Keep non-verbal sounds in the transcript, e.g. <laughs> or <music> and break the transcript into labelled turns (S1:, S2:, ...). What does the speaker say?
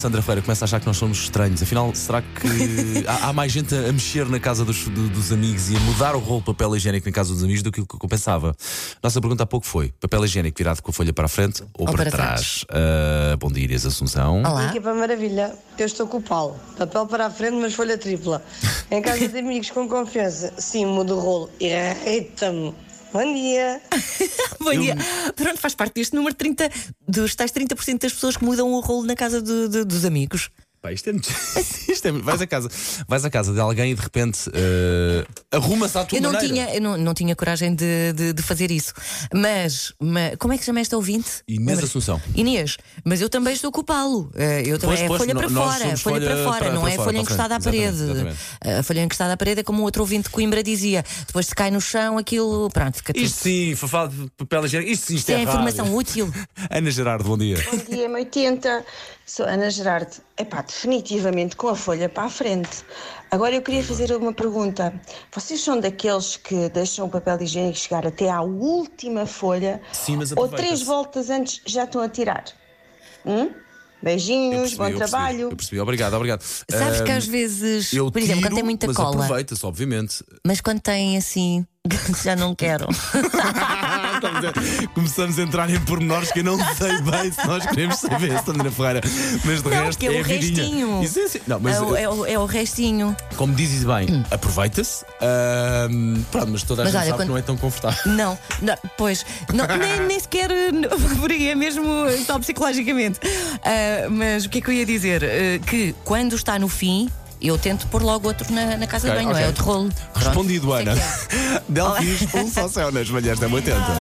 S1: Sandra Feira começa a achar que nós somos estranhos. Afinal, será
S2: <laughs>
S1: que há, há mais gente a, a mexer na casa dos, do- dos amigos e a mudar o rolo de papel higiênico na casa dos amigos do que o que eu pensava? Nossa pergunta há pouco foi: papel higiênico virado com a folha para a frente ou, para,
S2: para
S1: trás? Ah, bom dia, Inês Assunção.
S2: Olá.
S3: Equipa maravilha, eu estou com o Paulo. Papel para a frente, mas folha tripla. Em casa de amigos com confiança. Sim, mudo o rolo. Irrita-me. Bom dia.
S2: Bom dia. Pronto, faz parte deste número 30 dos tais 30% das pessoas que mudam o rolo na casa do- do- dos amigos.
S1: Pá, isto é muito. <laughs> isto é muito- Vais, a casa, vais à casa de alguém e de repente ah, arruma-se à tua
S2: Eu não
S1: maneira.
S2: tinha, eu não, não tinha coragem de, de- de fazer isso. Mas, ma- como é que chama esta ouvinte?
S1: Inês
S2: Lembra?
S1: Assunção.
S2: Inês, mas eu também estou com o Paulo. Eh, Eu também
S1: Pois,
S2: é
S1: pois,
S2: folha
S1: no-
S2: para
S1: nós
S2: fora,
S1: somos
S2: folha para fora, não
S1: para
S2: é
S1: fora,
S2: folha
S1: para
S2: encostada à
S1: frente.
S2: parede.
S1: Exatamente,
S2: A folha encostada à parede é como um outro ouvinte de Coimbra dizia. Depois se cai no chão, aquilo, pronto, fica tudo.
S1: Isto sim, fafá de papel higiênico. Isto sim, isto
S2: Isto é
S1: rádio.
S2: informação útil.
S1: Ana Gerardo, bom dia.
S3: Bom dia, M80. Sou Ana Gerardo. Epá, definitivamente com a folha para a frente. Agora eu queria fazer uma pergunta. Vocês são daqueles que deixam o papel higiênico chegar até à última folha?
S1: Sim, mas
S3: Ou
S1: aproveita-se.
S3: três voltas antes já estão a tirar? Hum?
S1: Eu
S3: Beijinhos,
S1: percebi, eu
S3: bom
S1: percebi,
S3: trabalho.
S1: eu percebi, obrigado, obrigado.
S2: Sabes que
S1: Ah,
S2: às vezes,
S1: Eu
S2: por exemplo,
S1: tiro,
S2: quando tem muita
S1: mas
S2: cola.
S1: aproveita-se,
S2: <laughs>
S1: obviamente.
S2: Mas quando tem assim, <laughs> já não quero.
S1: Estamos a- Começamos a entrar em pormenores que eu não sei bem se nós queremos saber, Sandra Ferreira. Mas de
S2: Não,
S1: resto
S2: que é o
S1: a vidinha.
S2: restinho.
S1: Isso é assim. Não, mas
S2: é, o,
S1: eh,
S2: é o- é o restinho.
S1: como dizes bem, aproveita-se. Ahm, pronto, mas toda a
S2: Mas
S1: gente
S2: olha,
S1: sabe
S2: quando-
S1: que não é tão confortável.
S2: <laughs> Não, não, pois, não, nem, nem sequer <laughs> eh, não, por aí, é mesmo eh, só psicologicamente. Ah, mas o que é que eu ia dizer? Eh, que quando está no fim, eu tento pôr logo outro na, na casa
S1: Ok,
S2: de banho, não
S1: ok.
S2: é? Outro rolo. Pronto.
S1: Respondido,
S2: Sei
S1: Ana.
S2: que é.
S1: Delfins, um só céu nas manhãs da 80.